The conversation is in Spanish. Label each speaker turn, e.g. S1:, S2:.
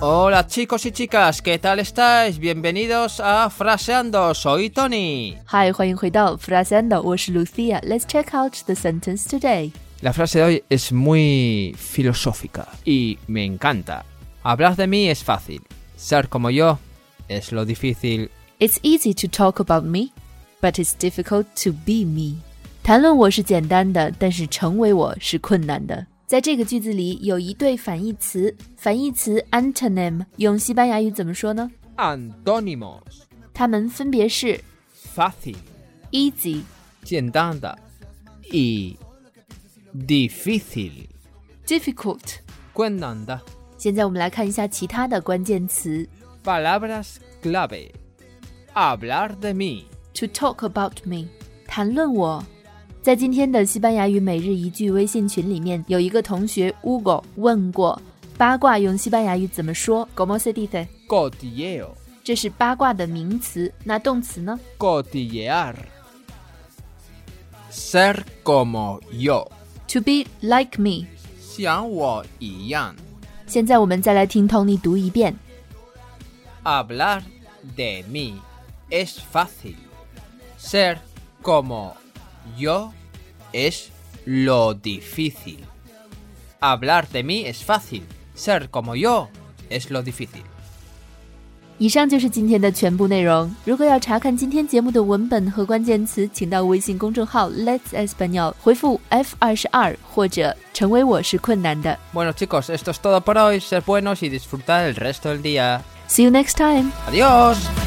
S1: Hola chicos y chicas, ¿qué tal estáis? Bienvenidos a Fraseando, soy Tony.
S2: Hi，欢迎回到 Fraseando，我是 Lucia。Let's check out the sentence today.
S1: La frase de hoy es muy filosófica y me encanta. Hablar de mí es fácil, ser como yo es lo difícil.
S2: It's easy to talk about me, but it's difficult to be me. 谈论我是简单的，但是成为我是困难的。在这个句子里有一对反义词，反义词 antonym 用西班牙语怎么说呢？
S1: Antónimos,
S2: 它们分别是
S1: fácil,
S2: easy、
S1: Tiendanda y difícil.
S2: difficult。
S1: Cuenanda,
S2: 现在我们来看一下其他的关键词
S1: palabras clave. Hablar de mí.
S2: ，to talk about me，谈论我。在今天的西班牙语每日一句微信群里面，有一个同学 Hugo 问过八卦用西班牙语怎么说，como se dice？
S1: Cotilleo,
S2: 这是八卦的名词，那动词呢？
S1: cotillear. Ser como yo.
S2: To be like me。
S1: Xiang
S2: 现在我们再来听 Tony 读一遍
S1: Hablar de mí es fácil. Ser como yo es lo difícil. Hablar de mí es fácil. Ser como yo es lo difícil.
S2: 以上就是今天的全部内容。如果要查看今天节目的文本和关键词，请到微信公众号 Let's Espanol 回复 F 二十二或者成为我是困难的。
S1: Bueno chicos, esto es todo por hoy. Ser buenos y disfrutar el resto del día.
S2: See you next time.
S1: Adiós.